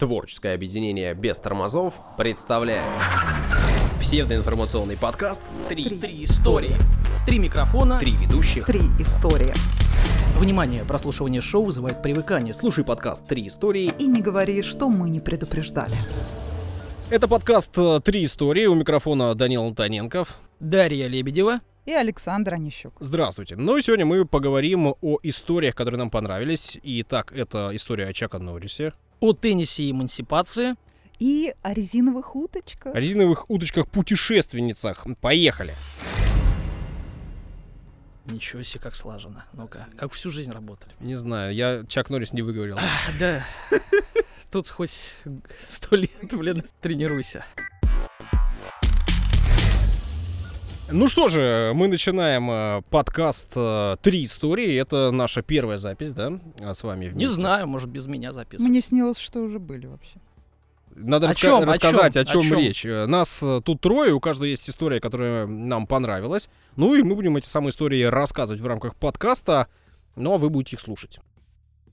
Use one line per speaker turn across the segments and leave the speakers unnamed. Творческое объединение без тормозов представляет псевдоинформационный подкаст «Три,
Три истории. Три микрофона.
Три ведущих».
Три истории.
Внимание, прослушивание шоу вызывает привыкание. Слушай,
Слушай подкаст «Три истории».
И не говори, что мы не предупреждали.
Это подкаст э, «Три истории». У микрофона Данил Антоненков.
Дарья Лебедева.
И Александра Нищук.
Здравствуйте. Ну и сегодня мы поговорим о историях, которые нам понравились. Итак, это история о Чака Норрисе,
О теннисе и эмансипации.
И о резиновых уточках.
о резиновых уточках-путешественницах. Поехали.
Ничего себе, как слажено. Ну-ка, как всю жизнь работали.
Не знаю, я Чак Норрис не выговорил.
А, да. Тут хоть сто лет, блин, тренируйся.
Ну что же, мы начинаем э, подкаст э, «Три истории». Это наша первая запись, да, а с вами вместе.
Не знаю, может, без меня записывать.
Мне снилось, что уже были вообще.
Надо
О
раска-
чем, о
рассказать, о чем,
чем, о чем?
речь. Э, Нас э, тут трое, у каждого есть история, которая нам понравилась. Ну и мы будем эти самые истории рассказывать в рамках подкаста, ну а вы будете их слушать.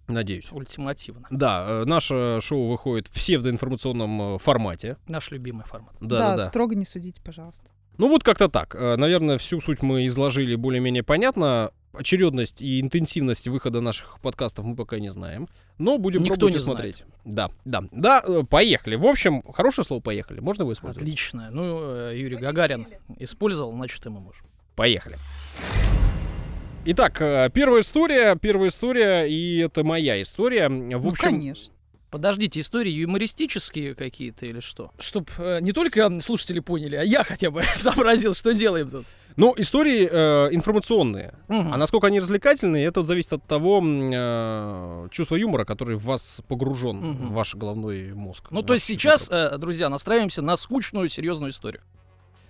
Надеюсь.
Ультимативно.
Да, э, наше шоу выходит в псевдоинформационном э, формате.
Наш любимый формат.
Да, да, да.
строго не судите, пожалуйста.
Ну вот как-то так. Э, Наверное, всю суть мы изложили более-менее понятно. Очередность и интенсивность выхода наших подкастов мы пока не знаем. Но будем
Никто
пробовать
не
и смотреть. Да, да. Да, э, поехали. В общем, хорошее слово «поехали». Можно его использовать?
Отлично. Ну, э, Юрий Гагарин использовал, значит, и мы можем.
Поехали. Итак, э, первая история, первая история, и это моя история. В
ну,
общем,
конечно.
Подождите, истории юмористические какие-то или что? Чтоб э, не только слушатели поняли, а я хотя бы сообразил, что делаем тут.
ну, истории э, информационные.
Мгм.
А насколько они развлекательные, это зависит от того м, э, чувства юмора, который в вас погружен,
Мгм.
в ваш головной мозг.
Ну,
в
то
ваш
есть
чувство
сейчас, э, друзья, настраиваемся на скучную, серьезную историю.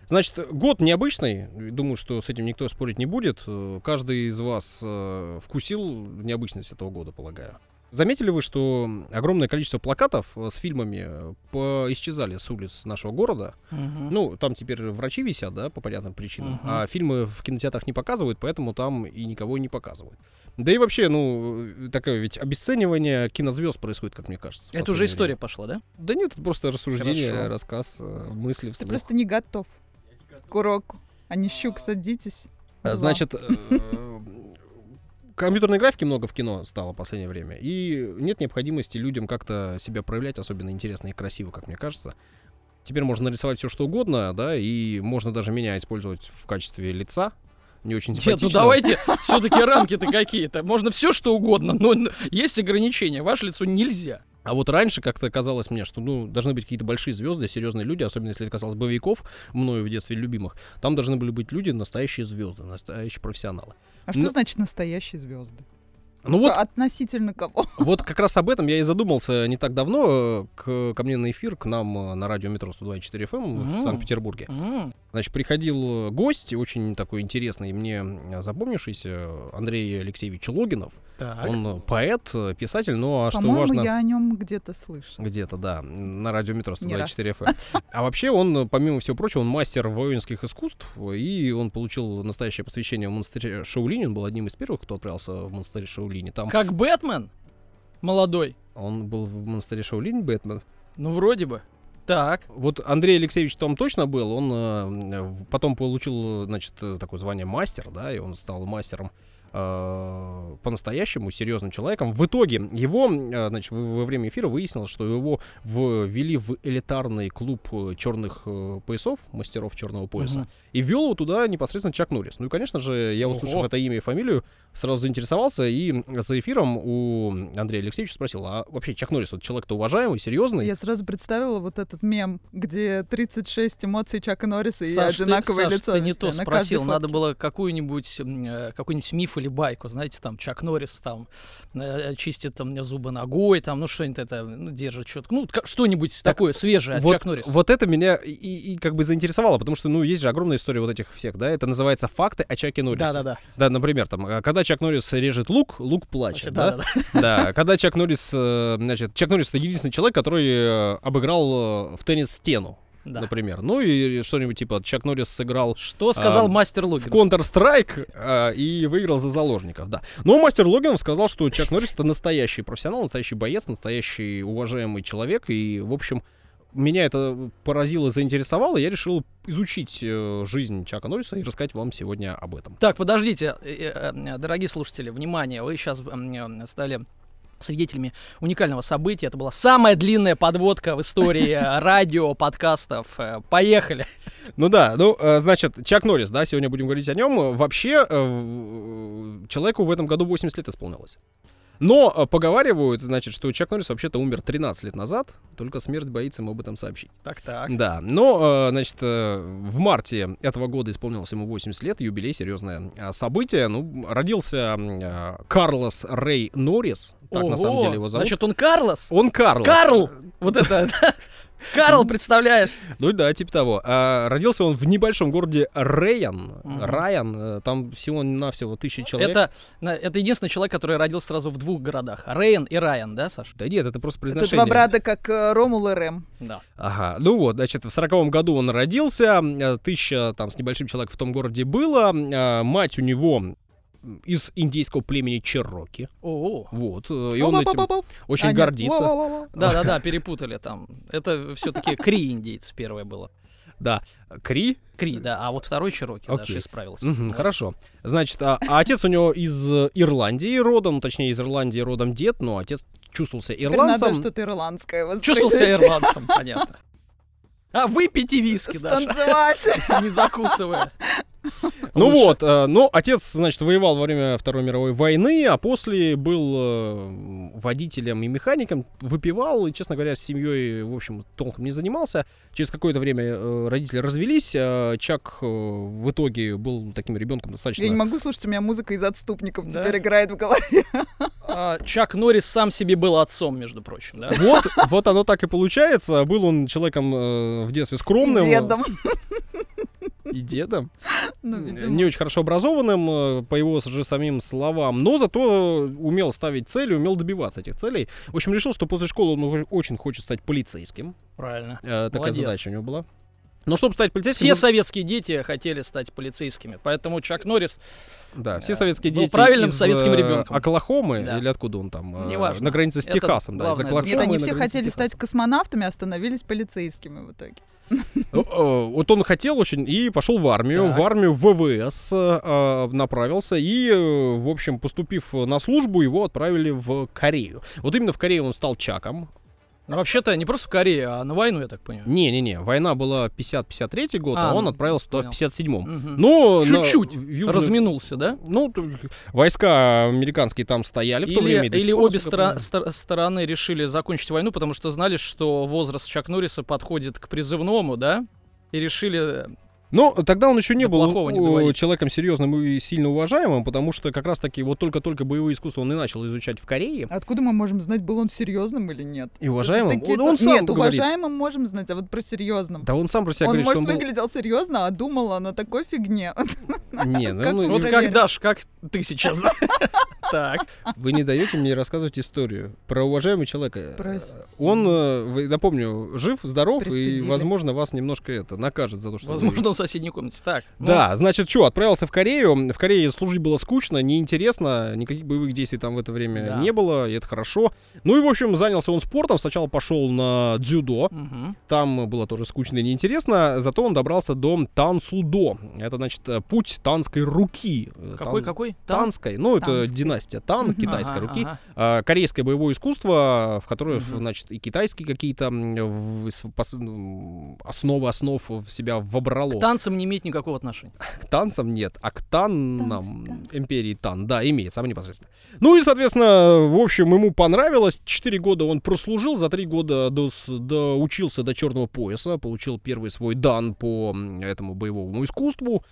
Значит, год необычный. Думаю, что с этим никто спорить не будет. Э, Каждый из вас э, вкусил необычность этого года, полагаю. Заметили вы, что огромное количество плакатов э, с фильмами э, поисчезали с улиц нашего города?
Ну,
Ну, там теперь врачи висят, да, по понятным причинам.
Мгм.
А фильмы в кинотеатрах не показывают, поэтому там и никого не показывают. Да и вообще, ну, э, такое ведь обесценивание кинозвезд происходит, как мне кажется. в
это уже
последнее
история
время.
пошла, да?
Да нет, это просто рассуждение,
Хорошо.
рассказ, э, мысли
Ты
вслух.
просто не готов к уроку. А Нищук, садитесь.
А,
Два.
Значит, э, компьютерной графики много в кино стало в последнее время, и нет необходимости людям как-то себя проявлять, особенно интересно и красиво, как мне кажется. Теперь можно нарисовать все, что угодно, да, и можно даже меня использовать в качестве лица. Не очень
Нет, ну
симпатично.
давайте все-таки рамки-то какие-то. Можно все что угодно, но н- есть ограничения. Ваше лицо нельзя.
А вот раньше как-то казалось мне, что ну, должны быть какие-то большие звезды, серьезные люди, особенно если это касалось боевиков, мною в детстве любимых. Там должны были быть люди, настоящие звезды, настоящие профессионалы.
А что
ну-
значит настоящие звезды?
Ну вот
Относительно кого?
Вот как раз об этом я и задумался не так давно. э, К, ко мне на эфир, к нам э, на радио метро 102.4 FM эм» в
Мгм.
Санкт-Петербурге.
М,
Значит, приходил э, гость, очень такой интересный, мне э, запомнившийся, э, Андрей Алексеевич Логинов.
Так.
Он э, поэт, э, писатель, ну а что
По-моему,
важно...
я о нем где-то слышал.
Где-то, да, на радио метро
Не раз.
124 FM. А вообще он, э, помимо всего прочего, он мастер воинских искусств, э, и он получил настоящее посвящение в монастыре Шаулине. Он был одним из первых, кто отправился в монастырь Шаулини. Там
Как Бэтмен молодой.
он был в монастыре Шаулини, Бэтмен.
Ну, вроде бы. Так.
Вот Андрей Алексеевич там точно был, он э, в- потом получил, э, значит, э, такое звание мастер, да, и он стал мастером э, по-настоящему серьезным человеком. В итоге его, э, значит, в- во время эфира выяснилось, что его ввели в элитарный клуб э, черных э, поясов, мастеров черного пояса,
Мгм.
и ввел его туда непосредственно Чак Норрис. Ну и, конечно же, я, услышав
Ого.
это имя и фамилию, сразу заинтересовался, и за эфиром у Андрея Алексеевича спросил, а вообще Чак Норрис, вот человек-то уважаемый, серьезный?
Я сразу представила вот этот мем, где 36 эмоций Чака Норриса и
Саш, ты-
одинаковое
Саш,
лицо.
ты не
везде,
то
на каждой
спросил,
фотке.
надо было какую-нибудь м, э, какой-нибудь миф или байку, знаете, там Чак Норрис там э, чистит там зубы ногой, там ну что-нибудь это ну, держит четко, ну ка- что-нибудь такое свежее от
вот,
Чак Норриса.
вот это меня и, и как бы заинтересовало, потому что, ну, есть же огромная история вот этих всех, да, это называется факты о Чаке Норрисе.
да, да, да.
Да, например, там, э, когда Чак Норрис режет лук, лук плачет, да?
да,
Да, когда Чак Норрис, э, значит, Чак Норрис это единственный человек, который э, обыграл э, в теннис стену.
Да.
например. Ну и что-нибудь типа Чак Норрис сыграл
Что сказал
Ам,
мастер
а, в
Логин?
Counter-Strike э, и выиграл за заложников, да. Но мастер Логинов сказал, что Чак Норрис это настоящий профессионал, настоящий боец, настоящий уважаемый человек. И, в общем, меня это поразило, заинтересовало. и Я решил изучить э, жизнь Чака Норриса и рассказать вам сегодня об этом.
Так, подождите, э, э, э, дорогие слушатели, внимание, вы сейчас стали свидетелями уникального события. Это была самая длинная подводка в истории э, радио, подкастов. Э, Поехали.
Ну да, ну, э, значит, Чак Норрис, да, сегодня будем говорить о нем. Вообще, э, в- э, человеку в этом году 80 лет исполнилось. Но э, поговаривают, значит, что Чак Норрис вообще-то умер 13 лет назад, только смерть боится им об этом сообщить.
Так, так.
Да, но, э, значит, э, в марте этого года исполнилось ему 80 лет, юбилей, серьезное э, событие. Ну, родился м, э, Карлос Рей Норрис, так на самом деле его зовут.
Значит, он Карлос?
он Карлос.
Карл! Вот это, да. Карл, представляешь?
Ну да, типа того. А, родился он в небольшом городе Рейан.
Мгм.
Райан, э, там всего-навсего тысячи человек.
Это, на- это единственный человек, который родился сразу в двух городах. Рейн и Райан, да, Саш?
Да нет, это просто
Это
произношение.
два брата, как э, Ромул и Рэм.
Да.
Ага, ну вот, значит, в сороковом году он родился, э, тысяча там с небольшим человек в том городе было, э, мать у него из индейского племени Чероки,
О,
вот, э, и он этим
Оп-оп-оп-оп.
очень
А, нет.
гордится.
Во-во-во-во.
да-да-да, перепутали там. Это все-таки Кри индейцы первое было.
Да, Кри,
Кри, да, а вот второй Чироки даже
Окей.
исправился.
Мгм,
Да.
хорошо. Значит, а, а отец у него из э, Ирландии родом, точнее, из Ирландии родом дед, но отец чувствовался
Теперь надо
ирландцем.
что-то ирландское
Чувствовал себя
воспроизвести.
ирландцем, понятно. А выпейте виски, Даша,
Станцевать.
не закусывая.
Ну
Лучше.
вот, э, но отец, значит, воевал во время Второй мировой войны, а после был э, водителем и механиком, выпивал и, честно говоря, с семьей, в общем, толком не занимался. Через какое-то время э, родители развелись, э, Чак э, в итоге был таким ребенком достаточно...
Я не могу слушать, у меня музыка из отступников
Да?
теперь играет в голове.
А, Чак Норрис сам себе был отцом, между прочим, да?
Вот, вот оно так и получается. Был он человеком э, в детстве скромным.
И дедом.
И дедом.
Ну, видимо.
не очень хорошо образованным, э, по его же самим словам, но зато умел ставить цели, умел добиваться этих целей. В общем, решил, что после школы он о- очень хочет стать полицейским.
Правильно.
Э, Такая
Молодец.
задача у него была. Но чтобы стать полицейским...
Все
ну,
советские дети хотели стать полицейскими, поэтому Чак Норрис,
Да,
э,
все советские
был
дети
правильным
из,
советским
э,
ребенком.
Оклахомы,
Да.
или откуда он там? э,
Неважно.
На границе с
Это
Техасом, да, из
главное.
Оклахомы
Нет,
Нет, они
на
все
границе с
хотели
Техасом.
стать космонавтами, а становились полицейскими в итоге.
Ну, э, Вот он хотел очень и пошел в армию,
Так.
в армию ВВС э, направился и, э, в общем, поступив на службу, его отправили в Корею. Вот именно в Корее он стал чаком.
ну, вообще-то не просто в Корее, а на войну, я так понимаю.
Не-не-не, война была 50-53 год, а,
А,
он
ну,
отправился туда
понял.
в 57-м.
Мгм.
Ну, на-
Чуть-чуть
в южную-
Разминулся, да?
Ну, т- войска американские там стояли в то время.
Или,
и до сих
или
пор,
обе
насколько я
стра- стор- стороны решили закончить войну, потому что знали, что возраст Чак Норриса подходит к призывному, да? И решили...
Ну, тогда он еще не
Да
был
плохого не
о,
говорите.
человеком серьезным и сильно уважаемым, потому что как раз-таки вот только-только боевые искусства он и начал изучать в Корее.
Откуда мы можем знать, был он серьезным или нет?
И уважаемым.
Такие
Он, он
то-
сам
Нет,
говорит.
уважаемым можем знать, а вот про серьезным.
Да он сам про себя
Он,
говорит, что
может,
он был...
выглядел серьезно, а думал он о такой фигне.
Не, ну,
как
ну,
Вот
вы-
как
проверим.
Даш, как ты сейчас. Так.
вы не даете мне рассказывать историю про уважаемого человека.
Прости.
Он, э, вы- напомню, жив, здоров и,
Пристыдили.
возможно, вас немножко это накажет за то, что. вы-
Возможно, он в соседней комнате. Так. ну,
Да, значит, что, отправился в Корею. В Корее служить было скучно, неинтересно, никаких боевых действий там в это время
Да.
не было, и это хорошо. Ну и, в общем, занялся он спортом. Сначала пошел на дзюдо,
мгм.
там было тоже скучно и неинтересно, зато он добрался до Тансудо. Это, значит, э, путь танской руки. Э,
Какой,
тан-
какой? Тан?
Танской, ну это
Танской.
династия Тан,
Мгм.
китайской
Ага,
руки,
ага.
А, корейское боевое искусство, в которое,
Мгм.
значит, и китайские какие-то м, в- с- пос- м, основы основ в себя вобрало.
К танцам не имеет никакого отношения.
К танцам нет, а к танам
Танцы, танцы.
империи Тан, да, имеет, самое непосредственно. Ну и, соответственно, в общем, ему понравилось. Четыре года он прослужил, за три года доучился учился до черного пояса, получил первый свой дан по м, этому боевому искусству.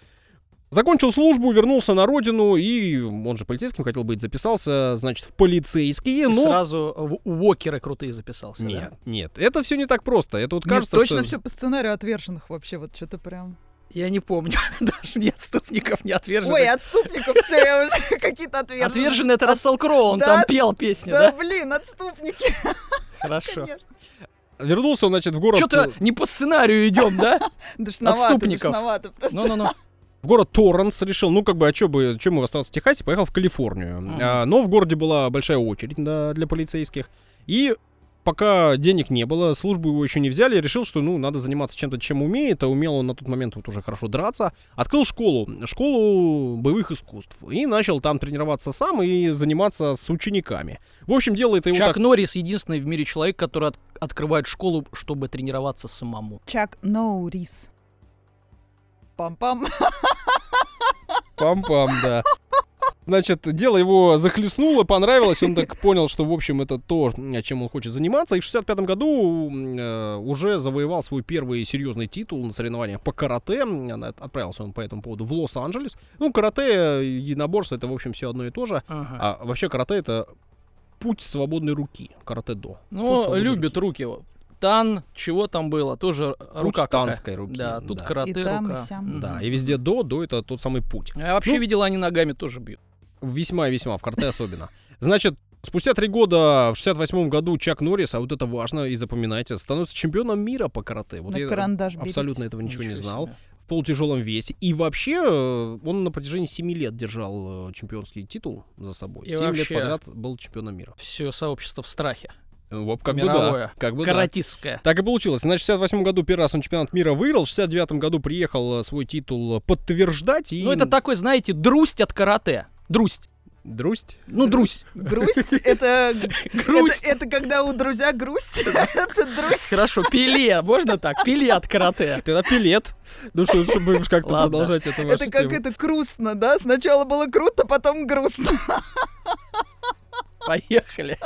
Закончил службу, вернулся на родину, и он же полицейским хотел быть, записался, значит, в полицейские,
И
но...
сразу в у Уокеры крутые записался. да?
Ну, Нет, нет, это все не так просто. Это вот
Нет,
кажется,
точно
что-
все по сценарию отверженных вообще, вот что-то прям.
Я не помню. Даже ни отступников, ни отверженных.
Ой, отступников все, я уже какие-то отверженные.
Отверженный это Рассел Кроу, он
Да,
там пел песню,
Да,
да?
блин, отступники,
Хорошо.
конечно.
Вернулся он, значит, в город...
Что-то не по сценарию идем, да? Ну,
Душновато,
Отступников.
душновато
Ну.
просто.
Ну-ну-ну.
в город Торренс решил, ну как бы, а чё бы, чем бы остался в Техасе, поехал в Калифорнию.
Мгм.
А, но в городе была большая очередь да, для полицейских. И пока денег не было, службу его еще не взяли, решил, что ну надо заниматься чем-то, чем умеет, а умел он на тот момент вот уже хорошо драться. Открыл школу, школу боевых искусств, и начал там тренироваться сам и заниматься с учениками. В общем, дело это его
Чак
так...
Норрис единственный в мире человек, который от- открывает школу, чтобы тренироваться самому.
Чак Ноурис. Пам-пам.
Пам-пам, да. Значит, дело его захлестнуло, понравилось, он так понял, что, в общем, это то, чем он хочет заниматься. И в 65 году м, э, уже завоевал свой первый серьезный титул на соревнованиях по карате. М, Отправился он по этому поводу в Лос-Анджелес. Ну, карате э, и единоборство, это, в общем, все одно и то же.
Ага.
А вообще карате это путь свободной руки, карате-до. путь
Ну,
свободной
любит руки. Тан, чего там было? Тоже рука
Путь
какая.
танской руки.
Да, тут
да.
карате,
И там, и
рука.
сям.
Да,
Мгм. А
и везде до, до это тот самый путь.
Я вообще
Ну.
видел, они ногами тоже бьют.
Весьма-весьма, в карте особенно. Значит, спустя три года, в 68 году, Чак Норрис, а вот это важно и запоминайте, становится чемпионом мира по карате. Вот
На
я
карандаш берите.
абсолютно этого ничего не
Ничего
знал.
себе.
В полутяжелом весе. И вообще, э, он на протяжении 7 лет держал э, чемпионский титул за собой.
И
7 лет
вообще-
подряд был чемпионом мира.
Все сообщество в страхе.
Э, вот Как бы
Мировое.
да. Как бы Ну да.
Каратистское.
Так и получилось. Значит, в 68 году первый раз он чемпионат мира выиграл, в 69 году приехал э, свой титул э, подтверждать и...
Ну, это такой, знаете, друсть от карате. Друсть.
Друсть.
Ну, друсть.
Грусть? Это...
Грусть.
Это, это когда у друзья грусть? Это грусть?
Хорошо, пиле. Можно так? Пиле от карате.
Ты на пилет. Ну, что- чтобы уж как-то
Ладно.
продолжать это
Это
вашу
как
тему.
это грустно, да? Сначала было круто, потом грустно.
Поехали.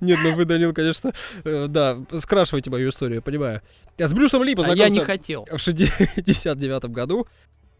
Нет, ну вы, Данил, конечно, э, да, скрашивайте мою историю, я понимаю. Я с Брюсом Ли
А я не
познакомился
хотел.
в 69 году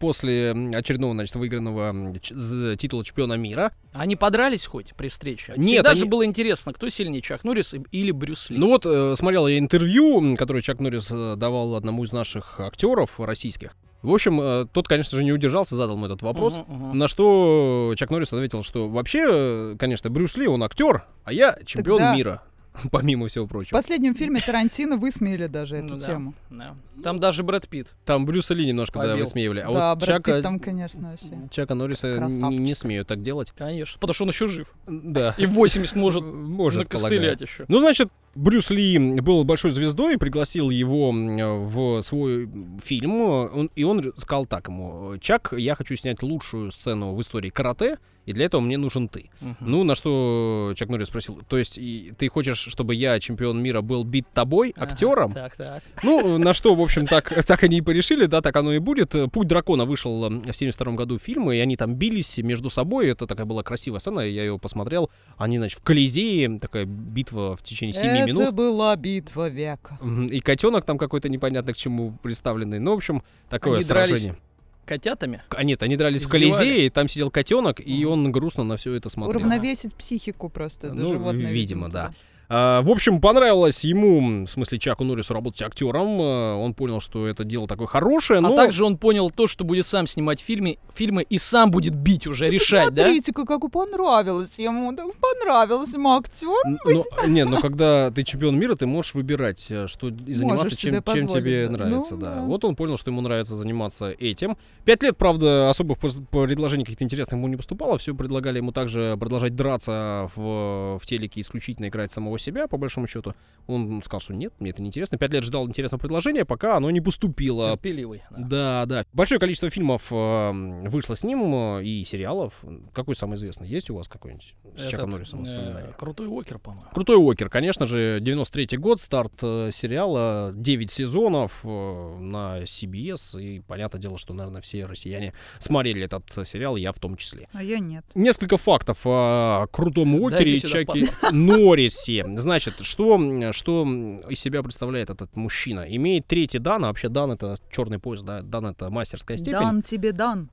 после м, очередного, значит, выигранного м, ч- з- титула чемпиона мира.
Они подрались хоть при встрече?
Нет,
Всегда
они-
же было интересно, кто сильнее, Чак Норрис и- или Брюс Ли?
Ну вот, э, смотрел я интервью, м, которое Чак Норрис э, давал одному из наших актеров российских. В общем, э, тот, конечно же, не удержался, задал ему этот вопрос.
Мгм, мгм.
На что Чак Норрис ответил, что вообще, э, конечно, Брюс Ли, он актер, а я чемпион
да.
мира, помимо всего
В
прочего.
последнем фильме Тарантино высмеяли даже эту
Ну да.
тему.
Да. Там даже Брэд Питт.
Там Брюса Ли немножко да,
Побил.
высмеивали, а
да,
вот
Брэд
Чака...
Питт там, конечно, вообще.
Чака Норриса н- не,
Красавчик.
смею так делать.
Конечно. Потому что он еще жив.
Да. э,
И в 80 может
Может, полагаю.
накостылять еще.
Ну, значит, Брюс Ли был большой звездой, пригласил его м, э, в свой м, фильм, э, он- и он р- сказал так ему, «Чак, я хочу снять лучшую сцену в истории карате, и для этого мне нужен ты». Ну, на что Чак Норрис спросил, «То есть и ты хочешь, чтобы я, чемпион мира, был бит тобой, актером?»
А, Так, так.
Ну, на что, в общем, так, так они и порешили, да, так оно и будет. Э, «Путь дракона» вышел э, в 72 году фильм, и они там бились между собой. Это такая была красивая сцена, я ее посмотрел. Они, значит, в Колизее, такая битва в течение 7
это
минут.
была битва века.
Мгм, И котенок там какой-то непонятно к чему представленный. Ну, в общем, такое
Они дрались
сражение.
Котятами?
А нет, они дрались
Избивали.
в Колизее, и там сидел котенок, и
Мгм.
он грустно на все это смотрел.
Уравновесить психику просто. да,
Ну,
животное,
видимо, да.
туда.
А, В общем, понравилось ему, в смысле, Чаку Норрису работать актером. А, Он понял, что это дело такое хорошее, но...
А также он понял то, что будет сам снимать фильмы, фильмы и сам будет бить уже, решать, да?
Смотрите-ка, как понравилось ему. Так понравилось ему актер.
Н- ну, не, но когда ты чемпион мира, ты можешь выбирать, э, что и заниматься,
Можешь себе
чем, чем
позволить,
тебе
да.
нравится.
Ну,
да.
да.
Вот он понял, что ему нравится заниматься этим. Пять лет, правда, особых пос- предложений каких-то интересных ему не поступало. Все предлагали ему также продолжать драться в, в телеке, исключительно играть самого себя, по большому счету. Он сказал, что нет, мне это неинтересно. Пять лет ждал интересного предложения, пока оно не поступило.
Терпеливый. да.
Да, да. Большое количество фильмов эм, вышло с ним э, и сериалов. Какой самый известный? Есть у вас какой-нибудь? С Чаком
Этот,
Норрисом
э,
воспоминания?
Крутой Уокер, по-моему.
Крутой Уокер, конечно же, 93-й год, старт э, сериала, 9 сезонов э, на CBS, и понятное дело, что, наверное, все россияне смотрели этот э, сериал, я в том числе.
А я нет.
Несколько фактов о крутом Уокере и
сюда
Чаке Норрисе. Значит, что, м, что м, из себя представляет этот мужчина? Имеет третий дан, а вообще дан это черный пояс, да, дан это мастерская степень.
Дан тебе дан.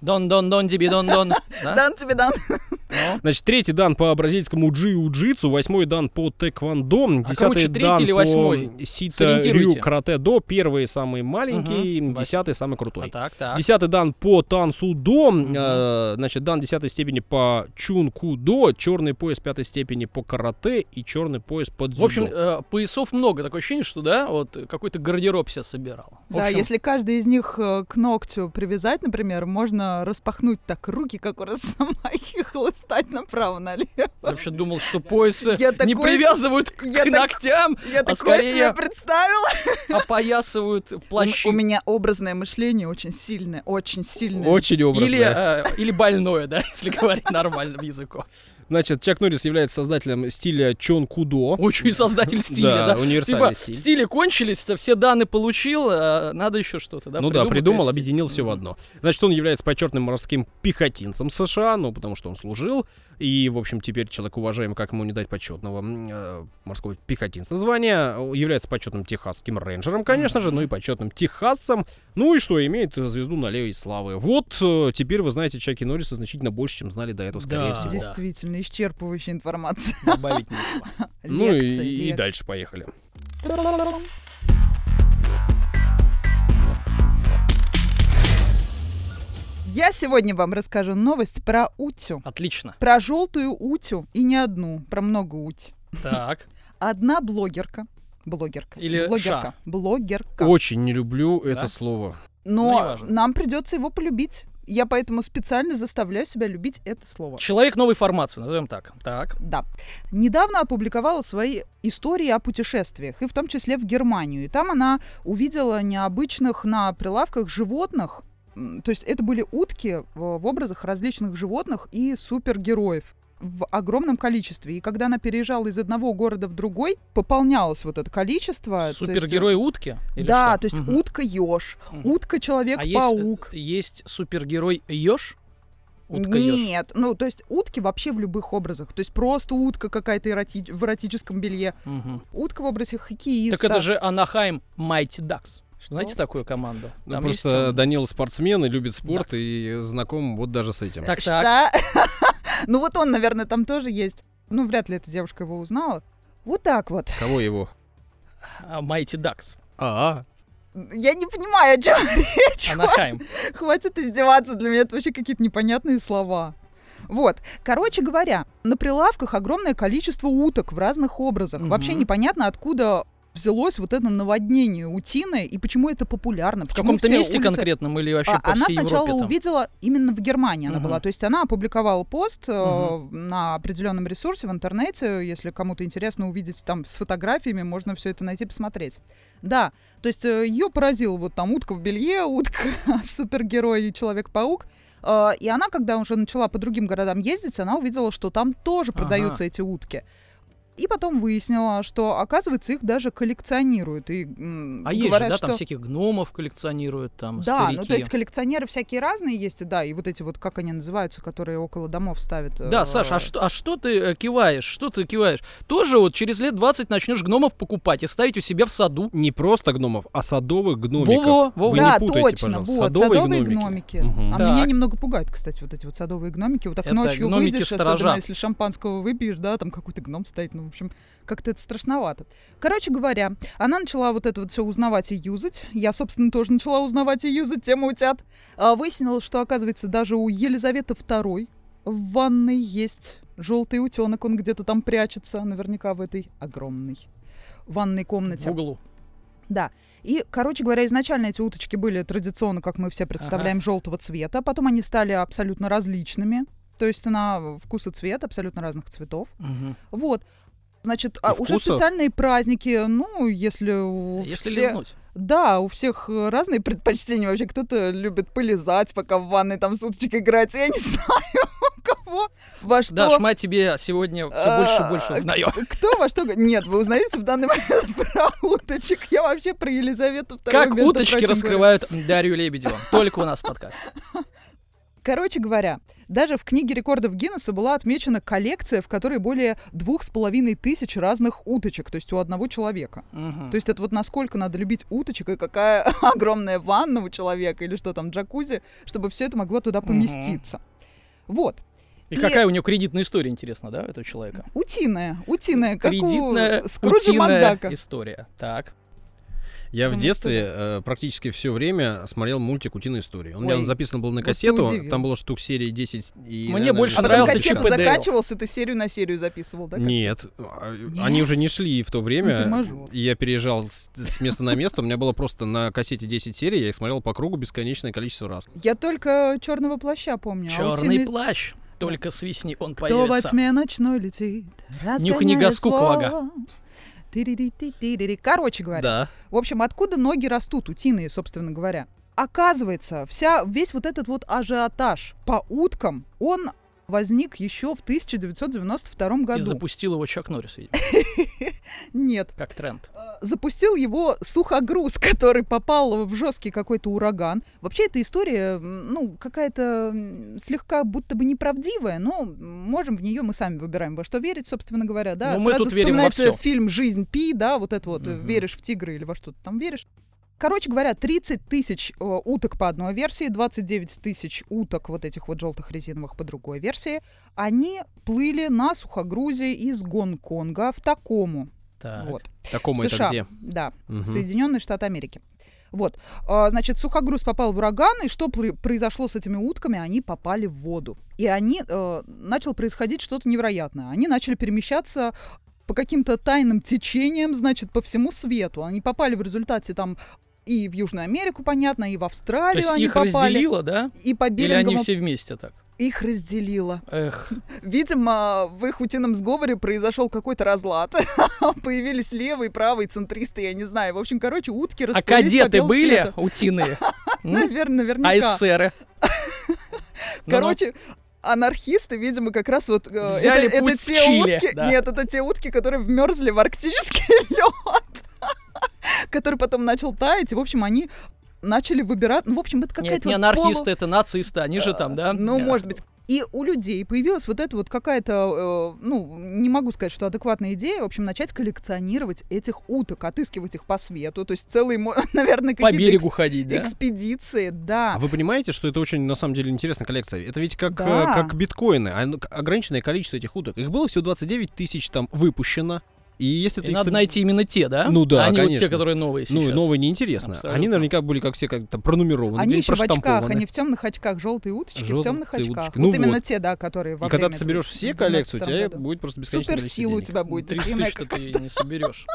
Дон, дон, дон, диби, дон, дон. Да?
Дан тебе дан.
Ну.
Значит, третий дан по бразильскому джиу-джитсу, восьмой дан по тэквондо, десятый
А короче, третий
дан
или
по
восьмой?
сито рю
Сориентируйте.
карате до, первый самый маленький,
Мгм. Вось-
десятый самый
А
крутой.
так, так.
Десятый дан по тансу до,
Мгм.
значит, дан десятой степени по чунку до, черный пояс пятой степени по карате и черный пояс по дзюдо.
В общем, э, поясов много. Такое ощущение, что, да, вот э, какой-то гардероб себе собирал. В
Да,
общем,
если каждый из них э, к ногтю привязать, например, можно распахнуть так руки, как у Росомахи, и хлыстать направо-налево.
Я вообще думал, что поясы
Я
не
такой-
привязывают к
я так-
ногтям,
Я такое
А скорее-
себе представила.
а поясывают плащи.
У меня образное мышление очень сильное, очень сильное.
очень образно.
Или, э, или больное, да, если говорить нормальным языком.
Значит, Чак Норрис является создателем стиля чон кудо.
Очень создатель стиля, да.
универсальный
Типа,
стиль.
стили кончились, все данные получил, э, надо еще что-то, да?
ну да, придумал,
то есть-
объединил все в
Мгм.
одно. Значит, он является почетным морским пехотинцем США, ну, потому что он служил. И, в общем, теперь человек уважаемый, как ему не дать почетного м, э, морского пехотинца звания. Э, Является почетным техасским рейнджером, конечно же, ну и почетным техасцем. Ну и что, имеет э, звезду на левой славы. Вот, э, теперь вы знаете Чаки Норриса значительно больше, чем знали до этого, скорее
Да.
всего.
Здесь
Действительно, исчерпывающая информация.
Добавить нечего.
Ну и,
Лекции,
и
лек-
дальше поехали.
Я сегодня вам расскажу новость про утю.
Отлично.
Про желтую утю и не одну, про много уть.
Так.
Одна блогерка. Блогерка.
Или
блогерка. Блогерка.
Очень не люблю
Да?
это слово.
Ну,
Но
неважно.
нам придется его полюбить. Я поэтому специально заставляю себя любить это слово.
Человек новой формации, назовем так. Так.
Да. Недавно опубликовала свои истории о путешествиях, и в том числе в Германию. И там она увидела необычных на прилавках животных. М, То есть это были утки э, в в образах различных животных и супергероев в огромном количестве. И когда она переезжала из одного города в другой, пополнялось вот это количество. А, То есть-
Супергерой утки? или
да,
что?
то есть
Мгм.
утка еж,
Мгм.
утка человек
А есть,
паук.
э, есть супергерой еж? Утка еж.
Нет, ну то есть утки вообще в любых образах. То есть просто утка какая-то эротич- в эротическом белье. Утка в образе хоккеиста.
Так это же Анахайм Майти Дакс. Знаете такую команду?
Ну,
Там есть
просто
он?
Данил спортсмен и любит спорт,
Да.
и знаком вот даже с этим.
Так, так.
Что? ну вот он, наверное, там тоже есть. Ну, вряд ли эта девушка его узнала. Вот так вот.
Кого его?
А, Майти Дакс.
А,
Я не понимаю, о чем речь.
Анахайм.
Хватит издеваться, для меня это вообще какие-то непонятные слова. Вот, короче говоря, на прилавках огромное количество уток в разных образах.
Мгм.
Вообще непонятно, откуда взялось вот это наводнение утиной и почему это популярно.
В
почему
каком-то
все
месте
улицы-
конкретном или вообще
А,
по
она
всей
сначала
Европе там?
увидела именно в Германии она
Мгм.
была, то есть она опубликовала пост э,
Мгм.
на определенном ресурсе в интернете, если кому-то интересно увидеть там с фотографиями, можно все это найти посмотреть. Да, то есть ее поразил вот там утка в белье, утка супергерой и человек-паук. Э, И она, когда уже начала по другим городам ездить, она увидела, что там тоже
Ага.
продаются эти утки. И потом выяснила, что, оказывается, их даже коллекционируют. И, м,
А есть же,
говорят,
да,
что...
там всяких гномов коллекционируют, там
Да,
старики.
ну то есть коллекционеры всякие разные есть, да, и вот эти вот, как они называются, которые около домов ставят.
Да, Саша, а что, а что ты э, киваешь? Что ты киваешь? Тоже вот через лет 20 начнешь гномов покупать и ставить у себя в саду.
не просто гномов, а садовых гномиков.
Во-во, во-во.
Вы
да,
не путайте,
точно,
пожалуйста.
вот,
Садовые
садовые,
гномики.
гномики.
Мгм.
А меня
Так.
немного пугают, кстати, вот эти вот садовые гномики. Вот так
Это
ночью
гномики
выйдешь, особенно
сторожат.
если шампанского выпьешь, да, там какой-то гном стоит, ну, в общем, как-то это страшновато. Короче говоря, она начала вот это вот все узнавать и юзать. Я, собственно, тоже начала узнавать и юзать тему утят. А, выяснилось, что, оказывается, даже у Елизаветы II в ванной есть желтый утенок, он где-то там прячется, наверняка в этой огромной ванной
В
комнате.
углу.
Да. И, короче говоря, изначально эти уточки были традиционно, как мы все представляем, желтого цвета. Потом они стали абсолютно различными. То есть на вкус и цвет абсолютно разных цветов.
Мгм.
Вот. Значит, а
И
уже
вкусов?
специальные праздники, ну, если у
Если
все-
лизнуть.
Да, у всех э, разные предпочтения. Вообще кто-то любит полезать, пока в ванной там суточек играть. Я не знаю, у кого во что.
Даш, мать тебе сегодня все больше и
А,
больше узнаю.
Кто во что... г- Нет, вы узнаете в данный момент про уточек. Я вообще про Елизавету II,
Как
между
уточки
прочим, говорю.
раскрывают Дарью Лебедеву. Только у нас в подкасте.
Короче говоря, даже в книге рекордов Гиннесса была отмечена коллекция, в которой более двух с половиной тысяч разных уточек, то есть у одного человека.
Мгм.
То есть это вот насколько надо любить уточек и какая огромная ванна у человека или что там, джакузи, чтобы все это могло туда
Мгм.
поместиться. Вот.
И
и-
какая у него кредитная история, интересно, да, у этого человека?
Утиная, утиная, как
Кредитная,
у Скруджа
утиная
Макдака. А,
история. Так.
Я в
Потому
детстве э, практически все время смотрел мультик «Утиная история». У меня
Ой,
он записан был на
вот ты
кассету,
удивил.
там было штук серии 10 и...
Мне
наверное,
больше
А
лет
потом
нравился
15.
кассету
Чип и Дейл.
закачивался, ты серию на серию записывал, да? как
Нет, а,
Нет.
они уже не шли в то
Ну ты
время.
мажор.
И Я переезжал с, с места на место. У меня было просто на кассете 10 серий, я их смотрел по кругу бесконечное количество раз.
Я только черного плаща помню. а
Черный
«Утиный
плащ. Только свистни, он
Кто во
появится.
тьме ночной летит,
Нюх
разгоняя
Негаску,
слон.
Квага.
Тиририти-тиририти. Короче говоря,
Да.
в общем, откуда ноги растут, утиные, собственно говоря. Оказывается, вся, весь вот этот вот ажиотаж по уткам, он возник еще в 1992
И
году.
запустил его Чак Норрис, видимо,
Нет,
как тренд.
э, запустил его сухогруз, который попал в жесткий какой-то ураган. Вообще эта история, м, ну, какая-то м, слегка будто бы неправдивая, но можем в нее мы сами выбираем, во что верить, собственно говоря, да.
Но Ну, мы
Сразу
тут верим во
вспоминается
всё.
фильм «Жизнь Пи», да, вот это вот, э,
Мгм.
веришь в тигры или во что ты там веришь. Короче говоря, 30 тысяч э, уток по одной версии, 29 тысяч уток вот этих вот желтых резиновых по другой версии. Они плыли на сухогрузе из Гонконга в Такому.
Так.
Вот.
Такому
В
это
США.
где?
Да,
Мгм.
Соединенные Штаты Америки. Вот, А, значит, сухогруз попал в ураган, и что пр- произошло с этими утками? Они попали в воду. И они, э, начало происходить что-то невероятное. Они начали перемещаться по каким-то тайным течениям, значит, по всему свету. Они попали в результате там и в Южную Америку, понятно, и в
То
Австралию
есть
они
их
попали.
разделило, да?
И по
Или они
Берингому
все вместе так?
их разделило.
Эх,
Видимо, в их утином сговоре произошел какой-то разлад. Появились левые, правые, центристы, я не знаю. В общем, короче, утки
а
расплылись по
кадеты
белу
были
свету.
утиные? М?
Наверное, наверняка.
А ну, эсеры? Ну-ну.
Короче, анархисты, видимо, как раз вот... э,
Взяли
это, это
путь в
те
Чили,
утки...
да.
Нет, это те утки, которые вмерзли в арктический лед, который потом начал таять. И, в общем, они начали выбирать... Ну, в общем, это какая-то...
Нет, не
вот
анархисты,
полу-
это нацисты, они же там, да?
Ну,
Да.
может быть. И у людей появилась вот эта вот какая-то, э, ну, не могу сказать, что адекватная идея, в общем, начать коллекционировать этих уток, отыскивать их по свету, то есть целые, мо- наверное,
По
какие-то
берегу
экс-
ходить, да?
экспедиции, да.
А вы понимаете, что это очень, на самом деле, интересная коллекция? Это ведь как, э,
Да.
как биткоины, а, ну, к- ограниченное количество этих уток. Их было всего 29 тысяч там выпущено. И если ты
И
их
надо
соб-
найти именно те, да?
Ну да,
А не вот те,
конечно.
которые новые сейчас.
Ну, новые неинтересно. Они
Абсолютно.
наверняка были, как все, как-то пронумерованы,
Они
где-нибудь
еще в очках,
проштампованы.
они в темных очках, желтые уточки в
Желтые
темных очках.
уточки. Ну
вот именно
вот.
те, да, которые во
И когда
время
ты
этого
соберешь все коллекции, у
92
тебя
года.
будет просто бесконечное количество
суперсила у
денег.
тебя будет.
30
Ирина,
тысяч ты не соберешь.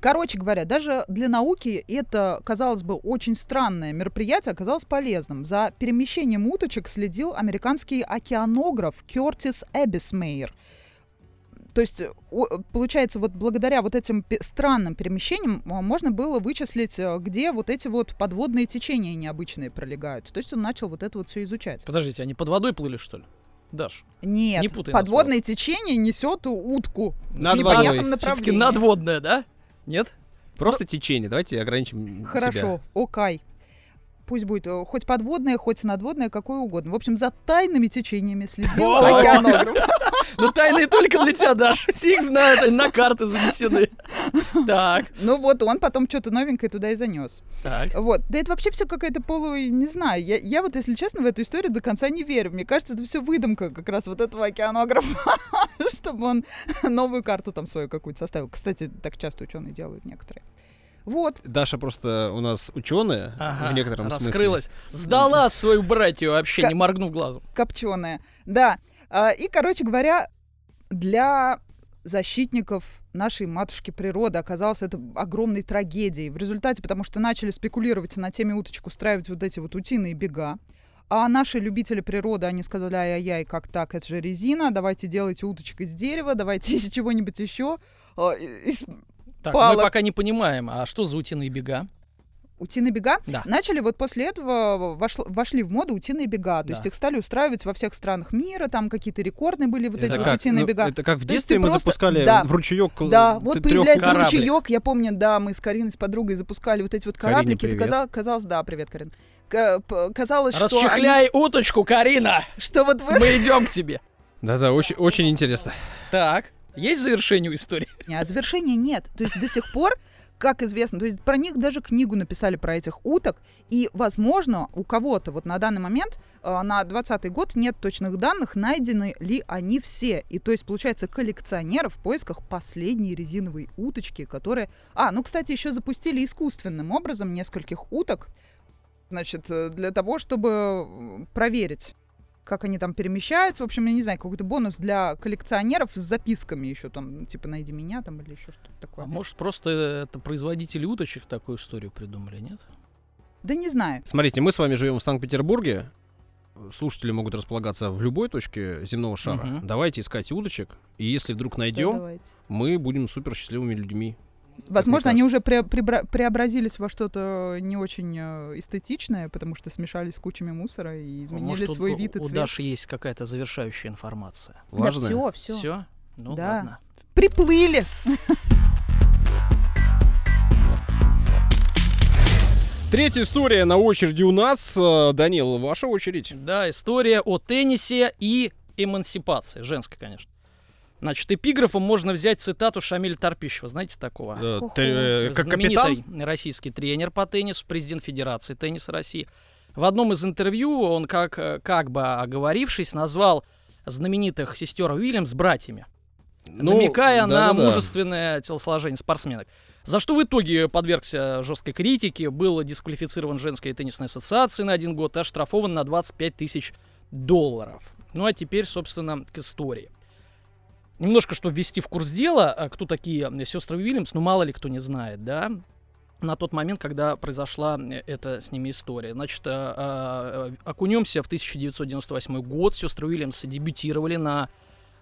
Короче говоря, даже для науки это, казалось бы, очень странное мероприятие оказалось полезным. За перемещением уточек следил американский океанограф Кертис Эббисмейер. То есть, о- получается, вот благодаря вот этим пе- странным перемещениям а, можно было вычислить, а, где вот эти вот подводные течения необычные пролегают. То есть он начал вот это вот все изучать.
Подождите, они под водой плыли, что ли? Даш,
Нет,
Не путай нас,
подводное течение несет утку
Над
в непонятном
водой.
все-таки
направлении.
надводная, да? Нет?
Просто течение, давайте ограничим себя.
Хорошо, окай. Пусть будет э, хоть подводное, хоть надводное, какое угодно. В общем, за тайными течениями следил
Во!
океанограф.
Ну, тайные только для тебя, Даш. Сиг знают, они на карты занесены. Так,
Ну вот, он потом что-то новенькое туда и занес.
так.
Вот. Да это вообще все какая-то полу... Не знаю, я, я вот, если честно, в эту историю до конца не верю. Мне кажется, это все выдумка как раз вот этого океанографа, чтобы он новую карту там свою какую-то составил. Кстати, так часто ученые делают некоторые. Вот.
Даша просто у нас ученая
Ага,
в некотором смысле.
раскрылась. Сдала свою братью вообще, не моргнув глазом.
копченая. Да. А, И, короче говоря, для защитников нашей матушки природы оказалось это огромной трагедией. В результате, потому что начали спекулировать на теме уточек, устраивать вот эти вот утиные бега. А наши любители природы, они сказали, ай-яй-яй, как так, это же резина, давайте делайте уточек из дерева, давайте из чего-нибудь еще. А, и- из
Так, мы
Палок.
пока не понимаем, а что за утиные бега?
утиные бега.
Да.
Начали вот после этого вошло- вошли в моду утиные бега. То есть
Да.
их стали устраивать во всех странах мира, там какие-то рекордные были вот эти
Это
вот
как,
утиные
ну,
бега.
это как в
То есть
детстве
ты
мы
просто-
запускали
да.
в ручеек. л-
Да,
т-
вот
трёх-
появляется
кораблик.
ручеек. Я помню, да, мы с Кариной с подругой запускали вот эти вот
Карине
кораблики. Это
привет.
каза- казалось, да, привет, Карин. к- п- казалось, что, они-
Расчехляй уточку, Карина!
что вот в этом...
Мы идем к тебе.
Да-да, очень, очень интересно.
Так, есть завершение у истории?
А завершения нет. То есть до сих пор, как известно, то есть про них даже книгу написали про этих уток. И, возможно, у кого-то вот на данный момент, э, на 20 год, нет точных данных, найдены ли они все. И то есть, получается, коллекционеры в поисках последней резиновой уточки, которая... А, ну, кстати, еще запустили искусственным образом нескольких уток, значит, э, для того, чтобы э, проверить как они там перемещаются. В общем, я не знаю, какой-то бонус для коллекционеров с записками еще там, типа, найди меня там или еще что-то такое.
А может, просто это производители уточек такую историю придумали, нет? А
Да не знаю.
Смотрите, мы с вами живем в Санкт-Петербурге. Слушатели могут располагаться в любой точке земного шара.
Мгм.
Давайте искать удочек. И если вдруг
Да,
найдем,
давайте.
мы будем супер счастливыми людьми.
Возможно,
мне
они уже пре- пребра- преобразились во что-то не очень э, эстетичное, потому что смешались с кучами мусора и изменили
может, у-
свой
у,
вид и
у
цвет.
Даши есть какая-то завершающая информация.
Важно.
Да, все, все.
Все? Ну
Да.
ладно.
Приплыли!
Третья история на очереди у нас. Э, Данил, ваша очередь.
Да, история о теннисе и эмансипации. Женской, конечно. Значит, эпиграфом можно взять цитату Шамиля Тарпищева. Знаете такого?
Э,
Хо-хо.
ты, э, Как капитан?
знаменитый российский тренер по теннису, президент Федерации тенниса России. В одном из интервью он, как, э, как бы оговорившись, назвал знаменитых сестер Уильямс братьями,
Ну,
намекая на
да-да-да.
мужественное телосложение спортсменок. За что в итоге подвергся жесткой критике, был дисквалифицирован женской теннисной ассоциацией на один год и оштрафован на 25 тысяч долларов. Ну а теперь, собственно, к истории. Немножко, чтобы ввести в курс дела, а, кто такие м, сестры Уильямс, ну мало ли кто не знает, да? На тот момент, когда произошла э, эта с ними история. Значит, э, э, окунемся в 1998 год. Сестры Уильямс дебютировали на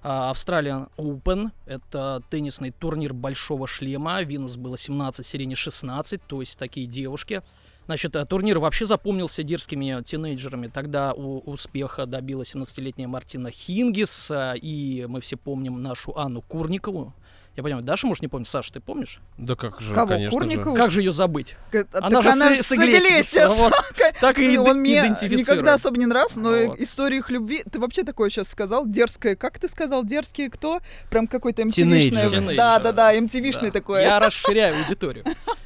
а, Australian Open. Это теннисный турнир большого шлема. Винус было 17, Сирене 16, то есть такие девушки. Значит, э, турнир вообще запомнился дерзкими тинейджерами. Тогда у- успеха добила 17-летняя Мартина Хингис. а, И мы все помним нашу Анну Курникову. Я понимаю, Даша, может, не помнит. Саша, ты помнишь?
Да как же,
Кого?
конечно
Курникова?
же.
Как же ее забыть?
К- Ну, а
Она
так
же
она
с- с Иглесиуса,
Иглесиас.
вот. Так и
Он
иден-
мне никогда
идентифицировать.
особо не нравился, но
Вот.
история их любви... Ты вообще такое сейчас сказал, дерзкое. Как ты сказал, дерзкие кто? Прям какой-то
Тинейджеры.
MTV-шный.
Тинейджеры,
Да-да-да,
Да.
MTV-шный такое.
Я расширяю аудиторию.